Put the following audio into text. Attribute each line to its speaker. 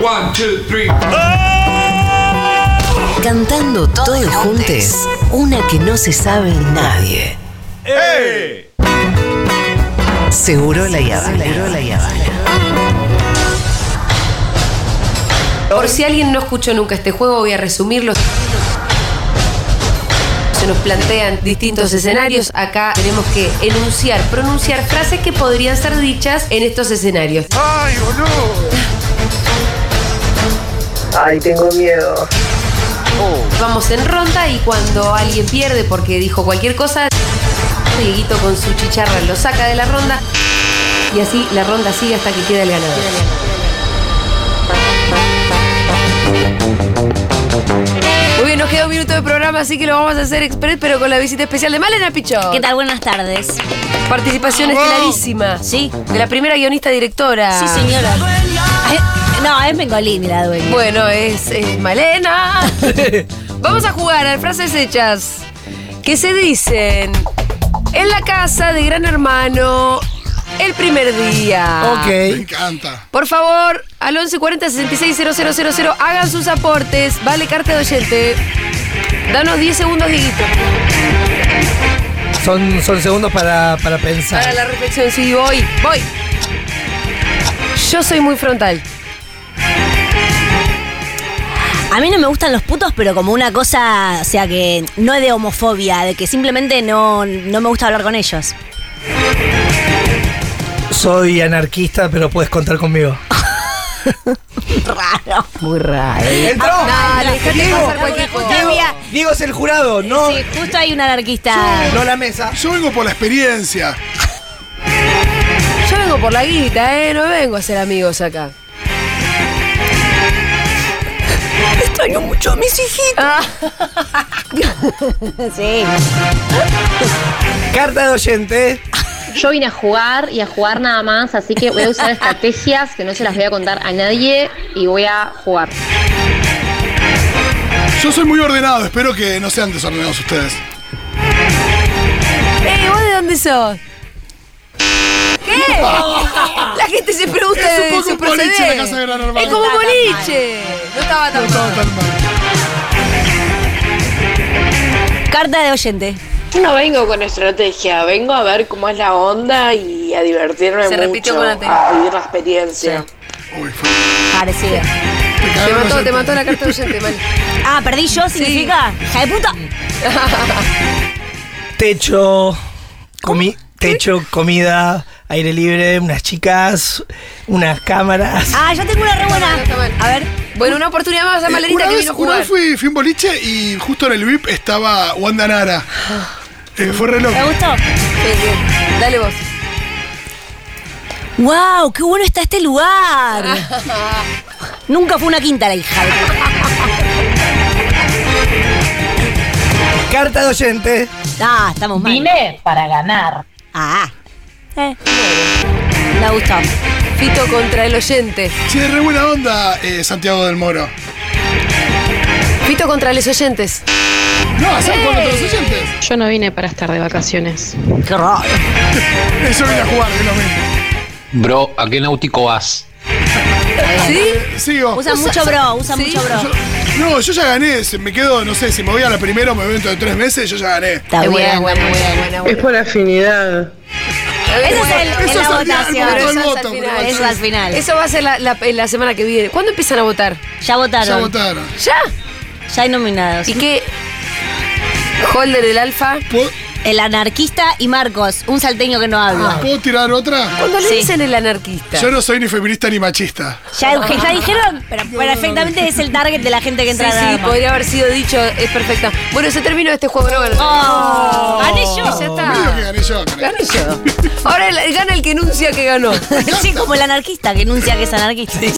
Speaker 1: One, two, three.
Speaker 2: Cantando todos juntos, una que no se sabe nadie.
Speaker 3: ¡Eh!
Speaker 2: Seguro la Yavana.
Speaker 4: Por si alguien no escuchó nunca este juego, voy a resumirlo. Se nos plantean distintos escenarios. Acá tenemos que enunciar, pronunciar frases que podrían ser dichas en estos escenarios.
Speaker 3: ¡Ay, boludo!
Speaker 5: Ay, tengo miedo.
Speaker 4: Vamos en ronda y cuando alguien pierde porque dijo cualquier cosa, Dieguito con su chicharra lo saca de la ronda. Y así la ronda sigue hasta que queda el ganador. Muy bien, nos queda un minuto de programa, así que lo vamos a hacer express, pero con la visita especial de Malena Pichón.
Speaker 6: ¿Qué tal? Buenas tardes.
Speaker 4: Participación estelarísima.
Speaker 6: Sí.
Speaker 4: De la primera guionista directora.
Speaker 6: Sí, señora. Eh, No, es Mengolini la dueña.
Speaker 4: Bueno, es, es Malena. Vamos a jugar a frases hechas que se dicen en la casa de Gran Hermano el primer día.
Speaker 2: Ah.
Speaker 7: Ok.
Speaker 8: Me encanta.
Speaker 4: Por favor, al 1140 660000 hagan sus aportes. Vale, carta de oyente. Danos 10 segundos, Dieguito.
Speaker 7: Son, son segundos para, para pensar.
Speaker 4: Para la reflexión, sí, voy, voy. Yo soy muy frontal.
Speaker 6: A mí no me gustan los putos, pero como una cosa, o sea, que no es de homofobia, de que simplemente no, no me gusta hablar con ellos.
Speaker 7: Soy anarquista, pero puedes contar conmigo.
Speaker 6: Raro. Ah,
Speaker 4: Muy raro.
Speaker 7: ¡Entró!
Speaker 2: Ah,
Speaker 4: Dale, dejate pasar cualquier cosa.
Speaker 6: Había-
Speaker 7: Diego es el jurado, no,
Speaker 6: Sí, justo hay un anarquista.
Speaker 7: no la mesa.
Speaker 8: Yo vengo por la experiencia.
Speaker 4: Yo vengo por la guita, ¿eh? No vengo a ser amigos acá.
Speaker 6: Extraño mucho a mis hijitos. Sí.
Speaker 7: Carta de oyente.
Speaker 9: Yo vine a jugar y a jugar nada más, así que voy a usar estrategias que no se las voy a contar a nadie y voy a jugar.
Speaker 8: Yo soy muy ordenado, espero que no sean desordenados ustedes.
Speaker 4: Ey, ¿vos de dónde sos? ¿Qué? La gente se pregunta
Speaker 8: Es un
Speaker 4: de
Speaker 8: poco
Speaker 4: su
Speaker 8: un boliche
Speaker 4: proceder.
Speaker 8: la casa de Gran Hermano.
Speaker 4: Es como un
Speaker 6: No estaba tan
Speaker 4: boliche. No estaba
Speaker 8: No
Speaker 4: tan
Speaker 8: estaba
Speaker 4: mal.
Speaker 8: tan mal.
Speaker 6: Carta de oyente.
Speaker 10: No vengo con estrategia, vengo a ver cómo es la onda y a divertirme
Speaker 4: Se
Speaker 10: mucho,
Speaker 4: repitió con la tele.
Speaker 10: a vivir la experiencia.
Speaker 8: Uy, fue.
Speaker 6: Parecido.
Speaker 8: Te
Speaker 4: Te
Speaker 8: cagaron
Speaker 4: mató,
Speaker 8: oyente.
Speaker 4: te mató la carta de oyente, mal.
Speaker 6: Ah, perdí yo, significa. Hija de puta.
Speaker 7: Techo. Comi techo, comida, aire libre, unas chicas, unas cámaras.
Speaker 6: Ah, yo tengo una re buena. A ver.
Speaker 4: Bueno, una oportunidad más a Malerita
Speaker 8: Eh, una
Speaker 4: que
Speaker 8: vez,
Speaker 4: vino a
Speaker 8: una
Speaker 4: jugar.
Speaker 8: vez fui, fui a un boliche y justo en el VIP estaba Wanda Nara. Eh, fue reloj.
Speaker 6: ¿Te gustó?
Speaker 4: Sí, sí. Dale vos.
Speaker 6: ¡Wow! ¡Qué bueno está este lugar! Nunca fue una quinta la hija. de-
Speaker 2: Ah.
Speaker 7: Carta de oyente.
Speaker 6: Ah, estamos mal.
Speaker 9: Vine para ganar.
Speaker 6: Ah. Eh. Me gustó.
Speaker 4: Fito contra el oyente.
Speaker 8: Che, re buena onda, eh, Santiago del Moro.
Speaker 4: Fito contra los oyentes.
Speaker 8: No, ¿sabes con otros oyentes?
Speaker 9: Yo no vine para estar de vacaciones.
Speaker 6: Qué raro.
Speaker 8: Eso vine a jugar, es lo mismo.
Speaker 11: Bro, ¿a qué náutico vas?
Speaker 8: Eh,
Speaker 4: ¿Sí?
Speaker 8: Sigo.
Speaker 6: Usa mucho bro, usa
Speaker 4: ¿Sí?
Speaker 6: mucho bro.
Speaker 8: Yo- no, yo ya gané. si Me quedo, no sé, si me voy a la primera o me voy dentro de tres meses, yo ya gané.
Speaker 6: Está bien.
Speaker 4: Ah, buena, buena,
Speaker 5: Es por afinidad.
Speaker 4: Ese es el-
Speaker 8: Eso
Speaker 6: en la
Speaker 8: es al final,
Speaker 6: votación.
Speaker 8: el
Speaker 4: Pero
Speaker 8: voto
Speaker 4: eso
Speaker 8: al
Speaker 4: es
Speaker 8: voto,
Speaker 4: al
Speaker 8: pero
Speaker 4: final.
Speaker 8: bueno,
Speaker 6: Eso al final.
Speaker 4: Eso va a ser la, la- la semana que viene. ¿Cuándo empiezan a votar?
Speaker 6: Ya
Speaker 8: Ya
Speaker 6: votaron.
Speaker 8: votaron.
Speaker 4: ¿Ya?
Speaker 6: Ya hay nominados.
Speaker 4: ¿Y qué? Holder del Alfa.
Speaker 8: ¿Puedo,
Speaker 6: El anarquista y Marcos, un salteño que no
Speaker 4: Ah.
Speaker 6: habla.
Speaker 8: puedo tirar otra?
Speaker 4: ¿Cuándo le
Speaker 6: Sí.
Speaker 4: dicen el anarquista?
Speaker 8: Yo no soy ni feminista ni machista.
Speaker 6: Ya, ya dijeron, pero perfectamente es el target de la gente que
Speaker 4: Sí,
Speaker 6: entra a
Speaker 4: sí,
Speaker 6: Dharma.
Speaker 4: podría haber sido dicho, es perfecta. Bueno, se terminó este juego, no ganó.
Speaker 6: Oh, gané yo.
Speaker 4: Y ya
Speaker 8: Medio que
Speaker 4: está.
Speaker 8: gané yo. creo.
Speaker 4: Gané yo. Ahora el- gana el que enuncia que ganó.
Speaker 6: Sí, como el anarquista que enuncia que es anarquista.